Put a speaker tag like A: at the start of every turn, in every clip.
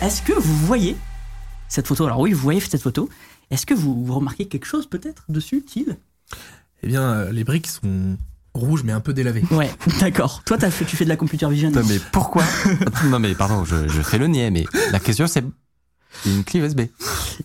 A: Est-ce que vous voyez cette photo Alors oui, vous voyez cette photo. Est-ce que vous, vous remarquez quelque chose peut-être dessus, Thiel
B: Eh bien, euh, les briques sont rouges mais un peu délavées.
A: Ouais, d'accord. Toi, t'as fait- tu fais de la computer vision.
C: Putain, mais pourquoi Attends, Non, mais pardon, je, je fais le niais, mais la question c'est une clé USB.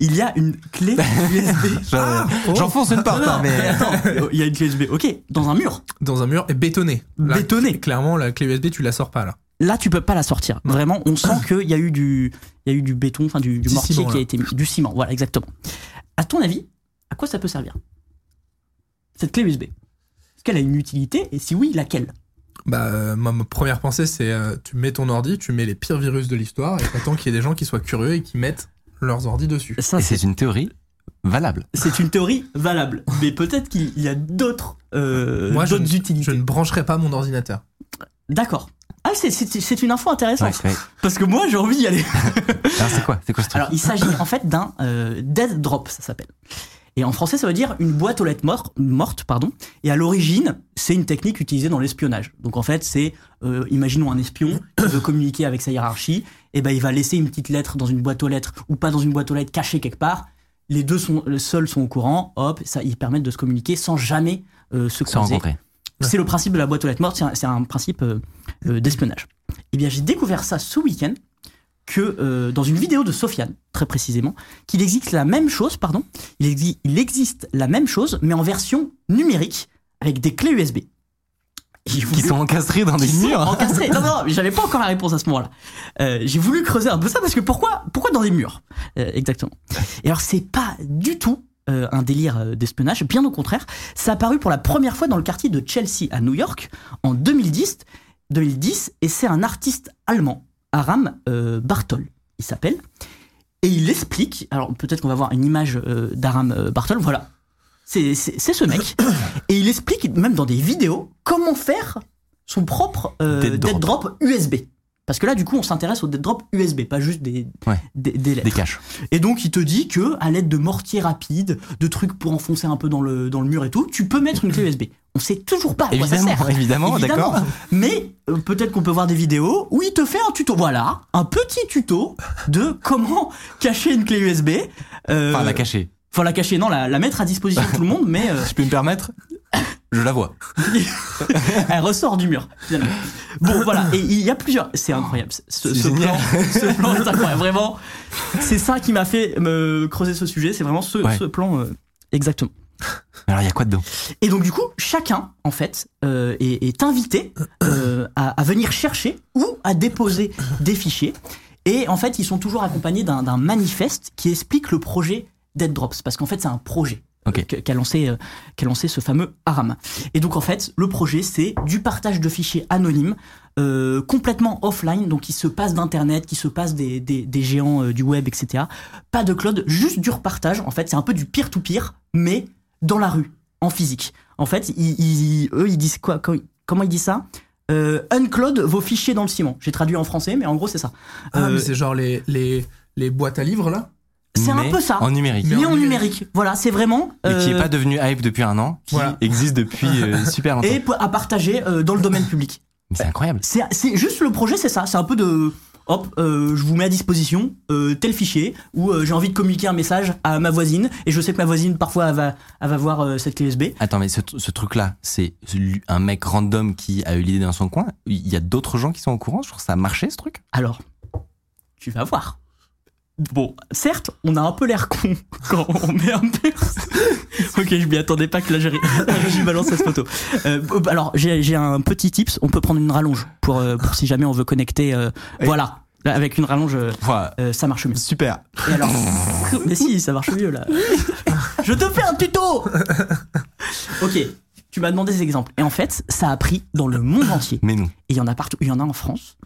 A: Il y a une clé USB.
C: Genre, euh, Ah, J'enfonce une porte,
A: Ah, oh. Non,
C: hein,
A: mais
C: mais.
A: attends, il y a une clé USB. Ok, dans un mur.
B: Dans un mur et bétonné. Là,
A: Bétonné.
B: Clairement, la clé USB, tu la sors pas là.
A: Là, tu peux pas la sortir. Vraiment, on sent qu'il y a eu du, il y a eu du béton, enfin du, du
B: Du
A: mortier
B: ciment,
A: qui a
B: là.
A: été mis, du ciment. Voilà, exactement. À ton avis, à quoi ça peut servir cette clé USB Est-ce qu'elle a une utilité Et si oui, laquelle
B: Bah, euh, moi, ma première pensée, c'est euh, tu mets ton ordi, tu mets les pires virus de l'histoire et t'attends qu'il y ait des gens qui soient curieux et qui mettent leurs ordis dessus.
A: Ça,
C: Et Ah, c'est une théorie valable.
A: c'est une théorie valable, mais peut-être qu'il y a d'autres, euh,
B: Moi, je
A: d'autres
B: ne,
A: utilités.
B: je ne brancherai pas mon ordinateur.
A: D'accord. Ah, c'est- c'est c'est une info
C: Ouais,
A: intéressante.
C: ouais.
A: Parce que moi, j'ai envie d'y aller.
C: Alors c'est quoi C'est quoi ce truc
A: Alors, il s'agit en fait d'un euh, dead drop, ça s'appelle. Et en français, ça veut dire une boîte aux lettres mor- morte, pardon. Et à l'origine, c'est une technique utilisée dans l'espionnage. Donc en fait, c'est, euh, imaginons un espion qui veut communiquer avec sa hiérarchie, et ben il va laisser une petite lettre dans une boîte aux lettres ou pas dans une boîte aux lettres cachée quelque part. Les deux sont, les seuls sont au courant. Hop, ça, ils permettent de se communiquer sans jamais euh, se
C: Se
A: croiser.
C: rencontrer.
A: C'est le principe de la boîte aux lettres morte, c'est un, c'est un principe euh, euh, d'espionnage. Eh bien, j'ai découvert ça ce week-end, que euh, dans une vidéo de Sofiane, très précisément, qu'il existe la même chose, pardon, il, exi- il existe la même chose, mais en version numérique, avec des clés USB. Et je
C: Qui
A: voulais-
C: sont encastrés dans des
A: qui sont
C: murs.
A: encastrées. Non, non, mais j'avais pas encore la réponse à ce moment-là. Euh, j'ai voulu creuser un peu ça parce que pourquoi, pourquoi dans des murs Euh, Exactement. Et alors, c'est pas du tout euh, un délire euh, d'espionnage, bien au contraire. Ça a apparu pour la première fois dans le quartier de Chelsea à New York en 2010, 2010 et c'est un artiste allemand, Aram euh, Bartol, il s'appelle. Et il explique, alors peut-être qu'on va voir une image euh, d'Aram euh, Bartol, voilà. C'est c'est- c'est ce mec. Et il explique, même dans des vidéos, comment faire son propre euh,
C: Dead
A: dead,
C: drop.
A: drop. USB. Parce que là, du coup, on s'intéresse au dead drop USB, pas juste des,
C: Ouais.
A: des, des lettres.
C: Des caches.
A: Et donc, il te dit que à l'aide de mortiers rapides, de trucs pour enfoncer un peu dans le, dans le mur et tout, tu peux mettre une clé USB. On sait toujours pas à quoi ça
C: Évidemment,
A: sert.
C: évidemment, d'accord.
A: Mais euh, peut-être qu'on peut voir des vidéos où il te fait un tuto. Voilà, un petit tuto de comment cacher une clé USB. Euh,
C: Enfin, la cacher.
A: Enfin, la cacher, non, la, la mettre à disposition de tout le monde, mais euh,
C: Je peux me permettre Je la vois.
A: elle ressort du mur. finalement. Bon, voilà. Et il y a plusieurs. C'est incroyable. Ce,
C: C'est
A: ce plan,
C: génial.
A: ce plan est incroyable. Vraiment, c'est ça qui m'a fait me creuser ce sujet. C'est vraiment ce,
C: Ouais.
A: ce plan. euh, exactement.
C: Mais Alors il y a quoi dedans
A: Et donc du coup, chacun, en fait, euh, est, est invité euh, à, à venir chercher ou à déposer des fichiers. Et en fait, ils sont toujours accompagnés d'un d'un manifeste qui explique le projet Dead Drops, parce qu'en fait, c'est un projet
C: Ok.
A: euh, que- qu'a lancé, euh, qu'a lancé ce fameux Aram. Et donc en fait, le projet, c'est du partage de fichiers anonymes, euh, complètement offline, donc qui se passe d'Internet, qui se passe des, des- des géants euh, du web, etc. Pas de cloud, juste du repartage. En fait, c'est un peu du peer-to-peer, mais dans la rue, en physique. En fait, ils- ils- eux, ils disent quoi co- Comment ils disent ça euh, Uncloud vos fichiers dans le ciment. J'ai traduit en français, mais en gros, c'est ça.
B: Ah,
A: Euh,
B: mais c'est genre les, les, les boîtes à livres là
A: c'est un
C: Mais
A: peu ça.
C: En numérique.
A: mais
B: Mais en
A: en
B: numérique.
A: numérique. Voilà, c'est vraiment.
C: Mais qui
A: euh,
C: est pas devenu hype depuis un an, qui
B: Voilà.
C: existe depuis euh, super longtemps.
A: et pour- à partager euh, dans le domaine public.
C: Mais c'est incroyable.
A: C'est c'est juste le projet, c'est ça. C'est un peu de. Hop, euh, je vous mets à disposition euh, tel fichier où euh, j'ai envie de communiquer un message à ma voisine et je sais que ma voisine parfois elle va, elle va voir euh, cette clé USB.
C: Attends, mais ce, tr- ce truc-là, c'est lu- un mec random qui a eu l'idée dans son coin. Il y a d'autres gens qui sont au courant. Je trouve que ça a marché ce truc.
A: Alors, tu vas voir. Bon, certes, on a un peu l'air con quand on met un perce. ok, je m'y attendais pas que la gérie- la régie balance cette photo. Euh, b- alors, j'ai j'ai un petit tips. On peut prendre une rallonge pour, euh, pour si jamais on veut connecter. euh, Voilà, Là, avec une rallonge, euh,
C: Ouah,
A: euh, ça marche mieux.
C: super.
A: Et alors Mais si, ça marche mieux là. Je te fais un tuto Ok, Tu m'as demandé des exemples. Et en fait, ça a pris dans le monde entier.
D: Mais non.
A: Et il y en a partout. Il y en a en France.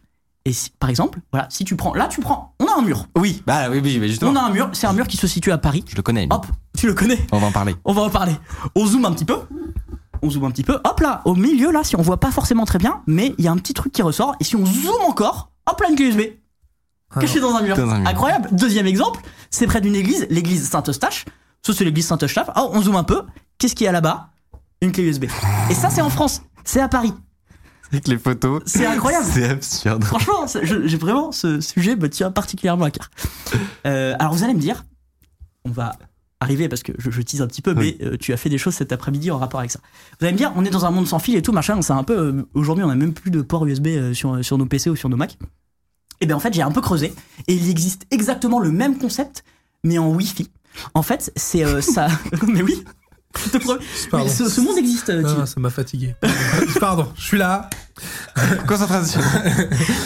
A: Et si- par exemple, voilà, si tu prends. Là, tu prends. On a un mur.
D: Oui, bah oui, oui, mais justement.
A: On a un mur. C'est un mur qui se situe à Paris.
D: Je le connais. lui.
A: Hop, tu le connais.
D: On va en parler.
A: On va en parler. On zoome un petit peu. On zoome un petit peu. Hop là, au milieu là, si on voit pas forcément très bien, mais il y a un petit truc qui ressort. Et si on zoome encore, hop là, une clé USB. Cachée dans un mur.
D: Dans un mur.
A: Incroyable. Deuxième exemple, c'est près d'une église, l'église Saint-Eustache. Ça, c'est l'église Saint-Eustache. Ah, on zoome un peu. Qu'est-ce qu'il y a là-bas Une clé USB. Et ça, c'est en France. C'est à Paris.
D: Avec les photos.
A: C'est incroyable.
D: C'est absurde.
A: Franchement, ça- je- j'ai vraiment ce sujet me tient particulièrement à cœur. Euh, alors vous allez me dire, on va arriver parce que je, je tease un petit peu, mais euh, tu as fait des choses cet après-midi en rapport avec ça. Vous allez me dire, on est dans un monde sans fil et tout machin. C'est un peu euh, aujourd'hui, on a même plus de port USB euh, sur euh, sur nos PC ou sur nos Mac. Et bien en fait, j'ai un peu creusé et il existe exactement le même concept mais en Wi-Fi. En fait, c'est euh, ça. mais oui. Je te promets.
B: Pardon.
A: ce, ce monde existe. euh,
B: Ah,
A: Thiel.
B: ça m'a fatigué. Pardon, je suis là.
D: Concentration.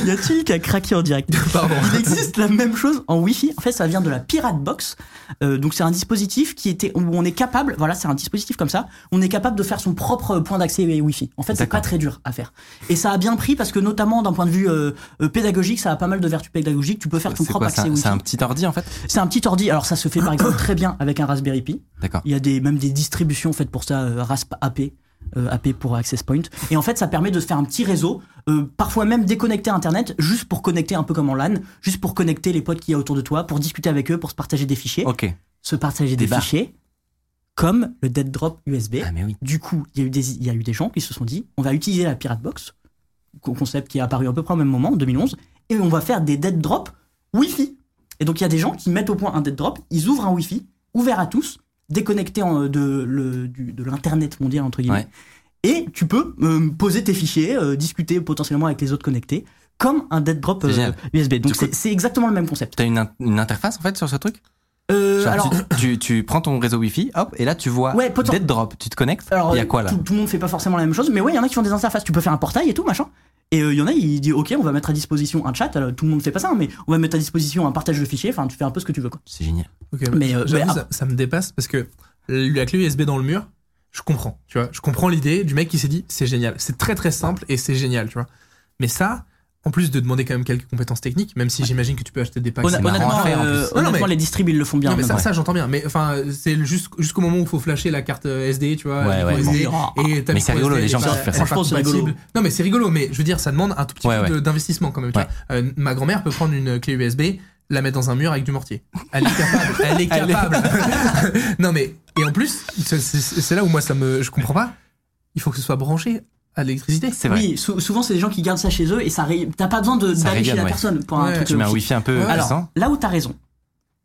A: Y a-t-il qui a craqué en direct
B: Pardon.
A: Il existe la même chose en Wi-Fi. En fait, ça vient de la Pirate Box. Euh, donc, c'est un dispositif qui était où on est capable. Voilà, c'est un dispositif comme ça. On est capable de faire son propre point d'accès Wi-Fi. En fait, c'est
D: D'accord.
A: pas très dur à faire. Et ça a bien pris parce que notamment d'un point de vue euh, euh, pédagogique, ça a pas mal de vertus pédagogiques. Tu peux faire ton
D: C'est
A: propre
D: quoi
A: accès
D: C'est un,
A: Wi-Fi.
D: c'est un petit ordi en fait
A: C'est un petit ordi. Alors, ça se fait par exemple très bien avec un Raspberry Pi.
D: D'accord.
A: Il y a des, même des distributions faites pour ça, euh, RASP AP. euh, AP pour Access Point. Et en fait, ça permet de se faire un petit réseau, euh, parfois même déconnecter Internet, juste pour connecter un peu comme en LAN, juste pour connecter les potes qu'il y a autour de toi, pour discuter avec eux, pour se partager des fichiers.
D: Ok.
A: Se partager des,
D: Des barres.
A: fichiers, comme le dead drop USB.
D: Ah, mais oui.
A: Du coup, il y, a eu des, il y a eu des gens qui se sont dit on va utiliser la Pirate Box, co- concept qui est apparu à peu près au même moment, en 2011, et on va faire des dead drops Wi-Fi. Et donc, il y a des gens qui mettent au point un dead drop ils ouvrent un Wi-Fi, ouvert à tous, déconnecté en- de, le- du- de l'Internet mondial, entre guillemets. Et tu peux euh, poser tes fichiers, euh, discuter potentiellement avec les autres connectés, comme un dead drop
D: C'est
A: euh,
D: génial.
A: USB. Donc,
D: Du coup-
A: c'est c'est exactement le même concept.
D: T'as une, in- une interface en fait sur ce truc
A: Euh,
D: Genre,
A: alors,
D: tu, tu, tu prends ton réseau Wi-Fi, hop, et là tu vois
A: Ouais, potent-
D: Dead Drop. Tu te connectes.
A: Alors,
D: Il y a quoi là
A: tout, tout le monde fait pas forcément la même chose, mais ouais, il y en a qui font des interfaces. Tu peux faire un portail et tout, machin. Et il y en a, il dit ok, on va mettre à disposition un chat. Alors, tout le monde fait pas ça, hein, mais on va mettre à disposition un partage de fichiers. Enfin, tu fais un peu ce que tu veux. Quoi.
D: C'est génial.
B: Ok,
A: Mais, euh,
B: j'avoue,
A: mais-
B: ça, ça me dépasse parce que la clé USB dans le mur, je comprends. Tu vois, je comprends l'idée du mec qui s'est dit c'est génial, c'est très très simple et c'est génial, tu vois. Mais ça, en plus de demander quand même quelques compétences techniques, même si j'imagine que tu peux acheter des packs.
A: Honna-
B: c'est marrant
A: honnêtement,
B: à faire, en
A: euh,
B: plus. Non, non,
A: honnêtement,
B: mais-
A: les distribs ils le font bien.
B: non, mais
A: même,
B: ça,
A: ouais.
B: ça, j'entends bien. Mais enfin, c'est le juste- jusqu'au moment où il faut flasher la carte euh, SD, tu vois.
D: Ouais,
B: micro
D: ouais,
B: SD,
A: bon.
B: et ta
D: Mais c'est
B: micro
D: rigolo,
B: SD,
D: les gens
B: elle est
D: savent
B: pas-
D: faire
B: elle
A: ça.
B: est pas
A: Franchement, c'est rigolo.
B: compatible. Non, mais c'est rigolo, mais je veux dire, ça demande un tout petit
D: Ouais,
B: peu
D: ouais.
B: de- d'investissement quand même. tu
D: Ouais.
B: vois. Euh, ma grand-mère peut prendre une clé USB, la mettre dans un mur avec du mortier. Elle est capable. elle est capable. non, mais et en plus, c'est- c'est c'est là où moi ça me, je comprends pas. Il faut que ce soit branché à l'électricité.
D: C'est vrai.
A: Oui, sou- souvent c'est des gens qui gardent ça chez eux et ça ré- t'as pas besoin de-
D: Ça
A: d'aller chez
D: régale,
A: la
D: ouais.
A: personne pour un
B: Ouais.
A: truc.
D: Tu
A: euh,
D: mets un
A: wifi.
D: Wi-Fi un peu
B: Ouais.
D: récent.
A: Alors là où t'as raison,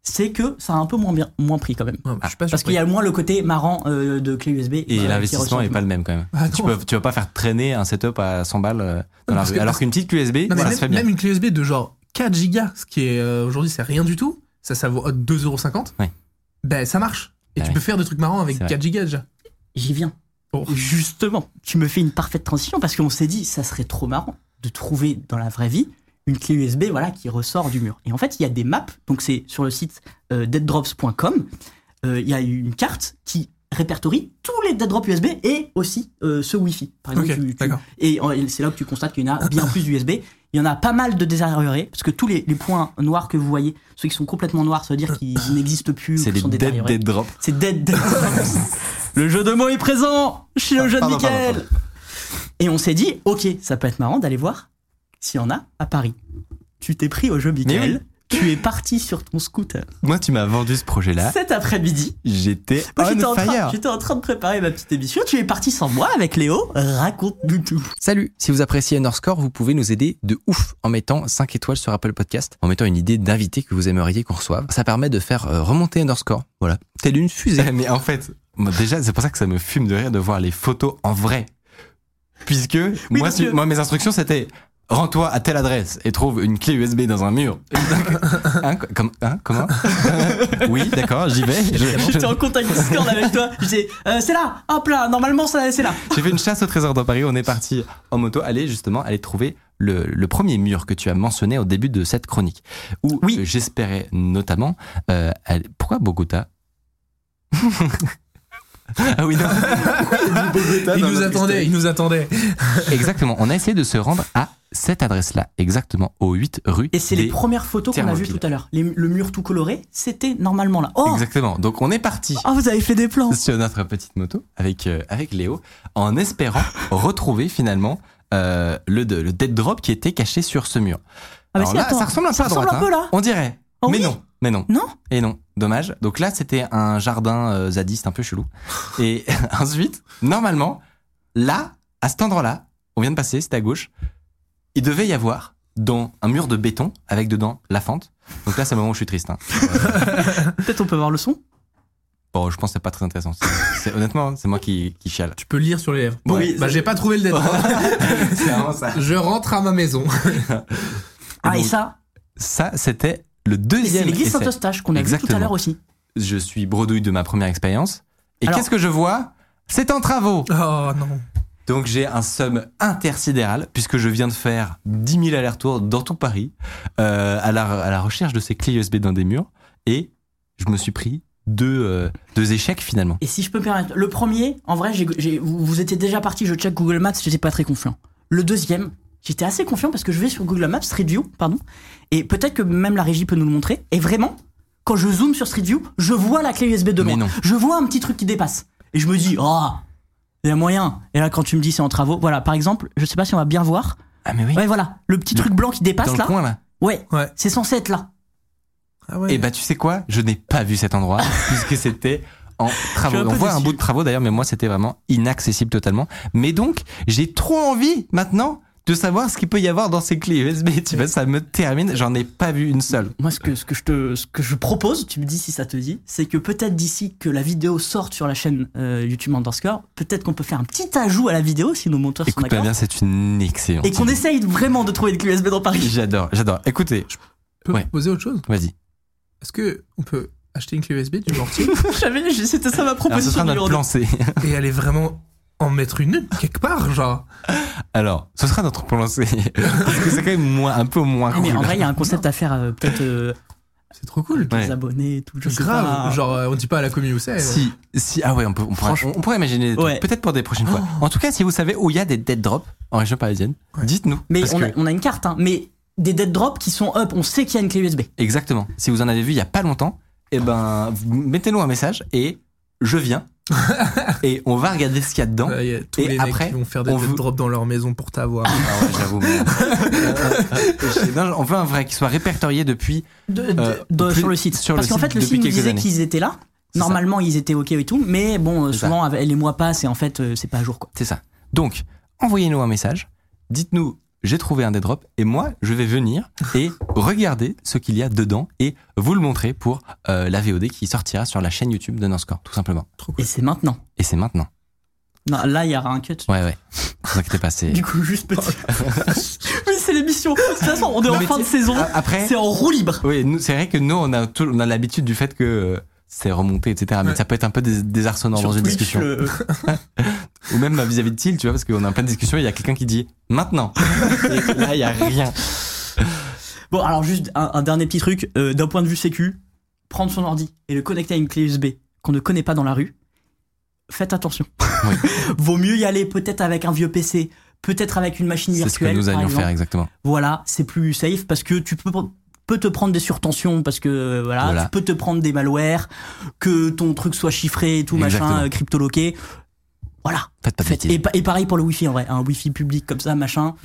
A: c'est que ça a un peu moins bien moins pris quand même.
B: Non, je suis pas
A: Parce qu'il y a moins le côté marrant euh, de clé USB.
D: Et
A: euh, qui
D: l'investissement
A: ressort.
D: est pas le même quand même.
B: Ah,
D: tu,
B: non.
D: peux, tu vas pas faire traîner un setup à 100 balles euh, dans la
B: Parce
D: rue.
B: que-
D: Alors qu'une petite USB,
B: Non, mais
D: ça
B: même,
D: se fait bien.
B: même une clé USB de genre 4 gigas, ce qui est euh, aujourd'hui c'est rien du tout, ça ça vaut 2,50€.
D: Ouais.
B: Ben ça marche. Et
D: Ah
B: tu
D: ouais.
B: peux faire des trucs marrants avec
D: C'est vrai.
B: 4 gigas déjà.
A: J'y viens.
B: Oh.
A: Justement, tu me fais une parfaite transition parce qu'on s'est dit ça serait trop marrant de trouver dans la vraie vie une clé USB voilà qui ressort du mur. Et en fait, il y a des maps, donc c'est sur le site euh, deaddrops.com, euh, il y a une carte qui répertorie tous les deaddrops USB et aussi euh, ce Wi-Fi. Par exemple,
B: Ok,
A: tu- tu-
B: d'accord.
A: et en- et c'est là que tu constates qu'il y en a bien plus d'USB. Il y en a pas mal de détériorés parce que tous les, les points noirs que vous voyez, ceux qui sont complètement noirs, ça veut
B: Euh,
A: dire qu'ils n'existent plus,
D: C'est
A: qu'ils
D: les
A: sont
D: dead,
A: détériorés.
D: dead drop.
A: C'est Dead Dead Drops. le jeu de mots est présent chez le jeu de
D: pardon,
A: Michael.
D: pardon,
A: Et on s'est dit, ok, ça peut être marrant d'aller voir s'il y en a à Paris. Tu t'es pris au jeu Michael. Tu es parti sur ton scooter
D: Moi, tu m'as vendu ce projet-là.
A: cet après-midi.
D: J'étais
A: Moi, j'étais
D: on
A: en, train-
D: Ah, fire.
A: j'étais en train de préparer ma petite émission. Tu es parti sans moi avec Léo. Raconte-nous tout.
D: Salut, si vous appréciez Underscore, vous pouvez nous aider de ouf en mettant 5 étoiles sur Apple Podcast, en mettant une idée d'invité que vous aimeriez qu'on reçoive. Ça permet de faire euh, remonter Underscore. Voilà, telle une fusée. Mais en fait, moi, déjà, c'est pour ça que ça me fume de rire de voir les photos en vrai. Puisque moi,
A: parce
D: tu-
A: que-
D: moi, mes instructions, c'était rends-toi à telle adresse et trouve une clé USB dans un mur. Hein, co- comme, hein, comment Oui, d'accord, j'y vais. Je-
A: J'étais en contact Discord avec toi. J'étais, euh, c'est là. Hop là. Normalement, ça- c'est là.
D: J'ai fait une chasse au trésor dans Paris. On est parti en moto. Allez, justement, aller trouver le, le premier mur que tu as mentionné au début de cette chronique. Où
A: Oui.
D: euh, j'espérais notamment. euh, aller- pourquoi Bogota
C: Ah oui, non.
B: Il nous attendait, il nous attendait.
C: Exactement. On a essayé de se rendre à cette adresse-là, exactement, au 8 rue.
A: Et c'est les
C: des-
A: premières photos qu'on a vues
C: Thermopyles.
A: tout à l'heure. Les- le mur tout coloré, c'était normalement là. Oh,
C: Exactement. Donc on est parti
A: Ah, vous avez fait des plans.
C: sur notre petite moto avec, euh, avec Léo en espérant retrouver finalement euh, le, de- le dead drop qui était caché sur ce mur.
A: Ah, mais
C: Alors
A: si,
C: là,
A: attends,
C: ça ressemble un peu
A: ça
C: à droite.
A: ressemble un peu,
C: hein.
A: là.
C: On dirait.
A: Oh
C: mais
A: oui.
C: non, mais non.
A: Non
C: Et non, dommage. Donc là, c'était un jardin euh, zadiste un peu chelou. Et ensuite, normalement, là, à cet endroit-là, on vient de passer, c'était à gauche, il devait y avoir dans un mur de béton avec dedans la fente. Donc là, c'est le moment où je suis triste. hein.
A: Peut-être on peut voir le son.
C: Bon, je pense que c'est pas très intéressant. C'est- c'est- honnêtement, c'est moi qui, qui chiale.
B: Tu peux lire sur les lèvres.
C: Oui,
B: bah
C: c'est-
B: j'ai pas trouvé le dead drop.
C: c'est vraiment ça.
B: Je rentre à ma maison.
A: Ah, et
C: donc,
A: ça,
C: Ça, c'était le
A: et c'est
C: deuxième
A: l'église
C: essai.
A: Saint-Eustache qu'on a vu tout à
C: Exactement.
A: l'heure aussi.
C: Je suis bredouille de ma première expérience. Et
A: Alors-
C: qu'est-ce que je vois C'est en travaux
B: Oh non.
C: Donc j'ai un somme intersidéral puisque je viens de faire 10 000 allers-retours dans tout Paris euh, à, la, à la recherche de ces clés USB dans des murs et je me suis pris deux, euh, deux échecs finalement.
A: Et si je peux me permettre, le premier, en vrai, j'ai- j'ai- vous, vous étiez déjà parti, je check Google Maps, j'étais pas très confiant. Le deuxième, j'étais assez confiant parce que je vais sur Google Maps, Street View, pardon, et peut-être que même la régie peut nous le montrer. Et vraiment, quand je zoome sur Street View, je vois la clé USB de
C: Mais
A: moi.
C: non.
A: Je vois un petit truc qui dépasse. Et je me dis, oh, il y a moyen. Et là, quand tu me dis c'est en travaux, voilà, par exemple, je sais pas si on va bien voir.
C: Ah mais oui,
A: Ouais, voilà, le petit
C: Le-
A: truc blanc qui
C: dans
A: dépasse
C: le
A: là.
C: coin là.
A: Ouais,
B: Ouais.
A: c'est censé être là.
B: Ah ouais.
C: Et bah tu sais quoi Je n'ai pas vu cet endroit puisque c'était en travaux.
A: un peu
C: On voit un
A: déçu.
C: bout de travaux d'ailleurs mais moi c'était vraiment inaccessible totalement. Mais donc j'ai trop envie maintenant de savoir ce qu'il peut y avoir dans ces clés USB. Tu vois, ça me termine. J'en ai pas vu une seule.
A: Moi, ce que, ce que je te, ce que je propose, tu me dis si ça te dit, c'est que peut-être d'ici que la vidéo sorte sur la chaîne euh, YouTube Underscore, peut-être qu'on peut faire un petit ajout à la vidéo si nos monteurs sont
C: Écoute
A: d'accord.
C: bien, c'est une excellente.
A: Et qu'on
C: idée.
A: essaye vraiment de trouver des clés USB dans Paris.
C: J'adore, j'adore. Écoutez, je-
B: Je peux
C: Ouais.
B: poser autre chose
C: vas-y.
B: Est-ce que on peut acheter une clé USB du mortier
A: J'avais, j'ai- c'était ça ma
C: Alors, Ah, ce
A: proposition
C: sera
A: numéro
C: notre
A: deux.
C: plan C.
B: et aller vraiment en mettre une quelque part, genre
C: Alors, ce sera notre plan C. Parce que c'est quand même moins, un peu moins
A: Mais
C: cool.
A: en vrai, il y a un concept à faire, euh, peut-être euh,
B: C'est trop cool.
C: Ouais.
A: les abonnés, et tout. Je sais
B: grave,
A: pas.
B: genre euh, on dit pas à la commune où c'est.
C: Si, si, ah ouais, on, peut, on, pourrait,
A: Franchement.
C: on pourrait imaginer des trucs.
A: Ouais. Oh.
C: Peut-être pour des prochaines fois. En tout cas, si vous savez où il y a des dead drops en région parisienne, dites-nous.
A: Mais
C: Parce
A: on a,
C: que-
A: on a une carte, hein, mais des dead drops qui sont up, on sait qu'il y a une clé USB.
C: Exactement. Si vous en avez vu il y a pas longtemps, eh ben, vous- mettez-nous un message et je viens. et on va regarder ce qu'il y a dedans.
B: Euh, y a tous
C: Et
B: les
C: après,
B: mecs qui vont faire des
C: on
B: dead
C: veut-
B: drops dans leur maison pour t'avoir.
C: Ah ouais, j'avoue. mais- Euh, non, on veut un vrai qui soit répertorié depuis
A: De- de-
C: Euh,
A: de-
C: plus-
A: sur le site.
C: sur le
A: Parce qu'en
C: site
A: fait, le
C: depuis
A: site nous
C: quelques
A: disait
C: années.
A: qu'ils étaient là.
C: ça.
A: Normalement, ils étaient OK et tout, mais bon, euh,
C: C'est ça.
A: souvent, avec- les mois passent et en fait, euh, c'est pas à jour, quoi.
C: C'est ça. Donc, envoyez-nous un message. Dites-nous, j'ai trouvé un dead drop et moi, je vais venir et regarder ce qu'il y a dedans et vous le montrer pour euh, la VOD qui sortira sur la chaîne YouTube de Norscore, tout simplement.
A: Et c'est maintenant.
C: Et c'est maintenant.
A: Non, là, il y aura un cut.
C: Ouais, ouais. Ne vous inquiétez pas, c'est.
A: Du coup, juste petit. oui, c'est l'émission. De toute façon, on est
C: Non,
A: en
C: mais
A: fin de
C: tu-
A: saison.
C: A- Après,
A: C'est en roue libre.
C: oui, nous- c'est vrai que nous, on a, tout- on a l'habitude du fait que euh, c'est remonté, etc. Mais
B: Ouais.
C: ça peut être un peu dés- désarçonnant dans
A: Sur
C: une
A: Twitch, euh,
C: discussion.
A: le-
C: Ou même bah, vis-à-vis de Thiel, tu vois, parce qu'on a plein de discussions et il y a quelqu'un qui dit maintenant. Et là, il y a rien.
A: Bon, alors, juste un, un dernier petit truc. euh, D'un point de vue sécu, prendre son ordi et le connecter à une clé USB qu'on ne connaît pas dans la rue, faites attention.
C: Oui.
A: Vaut mieux y aller peut-être avec un vieux PC, peut-être avec une machine
C: C'est
A: virtuelle.
C: ce que nous
A: par
C: allions
A: exemple.
C: faire exactement.
A: voilà, c'est plus safe parce que tu peux, peux te prendre des surtensions parce que euh, voilà,
C: Voilà.
A: tu peux te prendre des malwares, que ton truc soit chiffré et tout
C: Exactement.
A: machin, euh, cryptoloqué. Voilà.
C: Faites pas de
A: Faites-
C: bêtises.
A: Et, pa- et pareil pour le wifi en vrai, un wifi public comme ça, machin,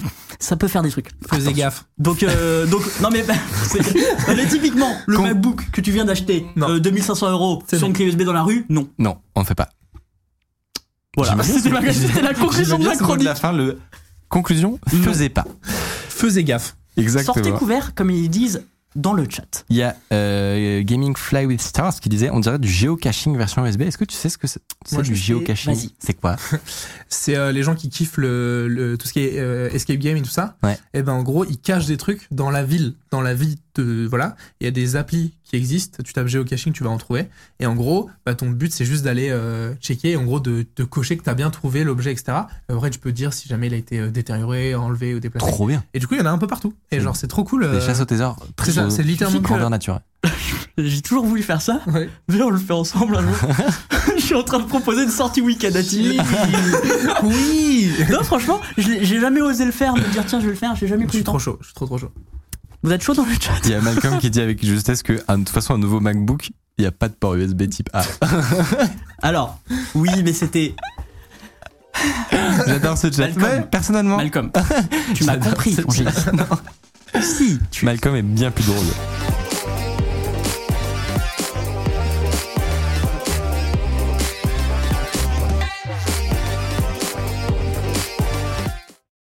A: ça peut faire des trucs.
B: Faisais gaffe.
A: Donc, euh, donc non mais, c'est- non, mais typiquement le
C: Con-
A: MacBook que tu viens d'acheter,
B: Non.
A: euh, 2500 euros
B: C'est
A: sur
B: bon.
A: une clé USB dans la rue, non.
C: Non, on ne fait pas.
A: Voilà,
C: J'imagine
A: c'était
C: ce-
A: la, c'était la conclusion de la
C: J'imagine ce mot
A: chronique.
C: la fin, le conclusion, faisait pas.
B: Faisais gaffe.
A: Sortez couvert comme ils disent dans le chat.
C: Il y a euh, Gaming Fly with Stars qui disait on dirait du géocaching version USB. Est-ce que tu sais ce que c'est c'est
B: Moi, je
C: du
B: sais.
C: géocaching
A: Vas-y.
C: C'est quoi
B: C'est euh, les gens qui kiffent le, le- tout ce qui est euh, escape game et tout ça.
C: Ouais.
B: Et ben en gros, ils cachent des trucs dans la ville, dans la vie de voilà. Il y a des applis qui existent. Tu tapes géocaching, tu vas en trouver. Et en gros, bah, ton but c'est juste d'aller euh, checker, en gros de, de cocher que t'as bien trouvé l'objet, etc. Après, tu peux dire si jamais il a été euh, détérioré, enlevé ou déplacé.
C: Trop bien.
B: Et du coup, il y en a un peu partout. Et genre, c'est trop cool.
C: Les
B: euh,
C: chasses au trésor.
B: c'est ça, c'est littéralement
C: grandeur naturelle.
A: J'ai toujours voulu faire ça.
B: Ouais.
A: Viens, on le fait ensemble un jour. je suis en train de proposer une sortie week-end à Tilly. oui. Non, franchement, je l'ai- j'ai jamais osé le faire, me dire tiens, je vais le faire. J'ai jamais
B: Je
A: pris
B: suis
A: le temps.
B: trop chaud, je suis trop trop chaud.
A: Vous êtes chaud dans le chat
C: Il y a Malcolm qui dit avec justesse que un- de toute façon un nouveau MacBook, il n'y a pas de port USB type A.
A: Alors, oui, mais c'était
C: J'adore ce chat.
A: Malcolm.
C: Ouais, personnellement,
A: Malcolm. tu m'as
C: J'adore
A: compris,
C: cette
A: Angélique. Si,
B: Bah,
C: Malcolm est bien plus drôle.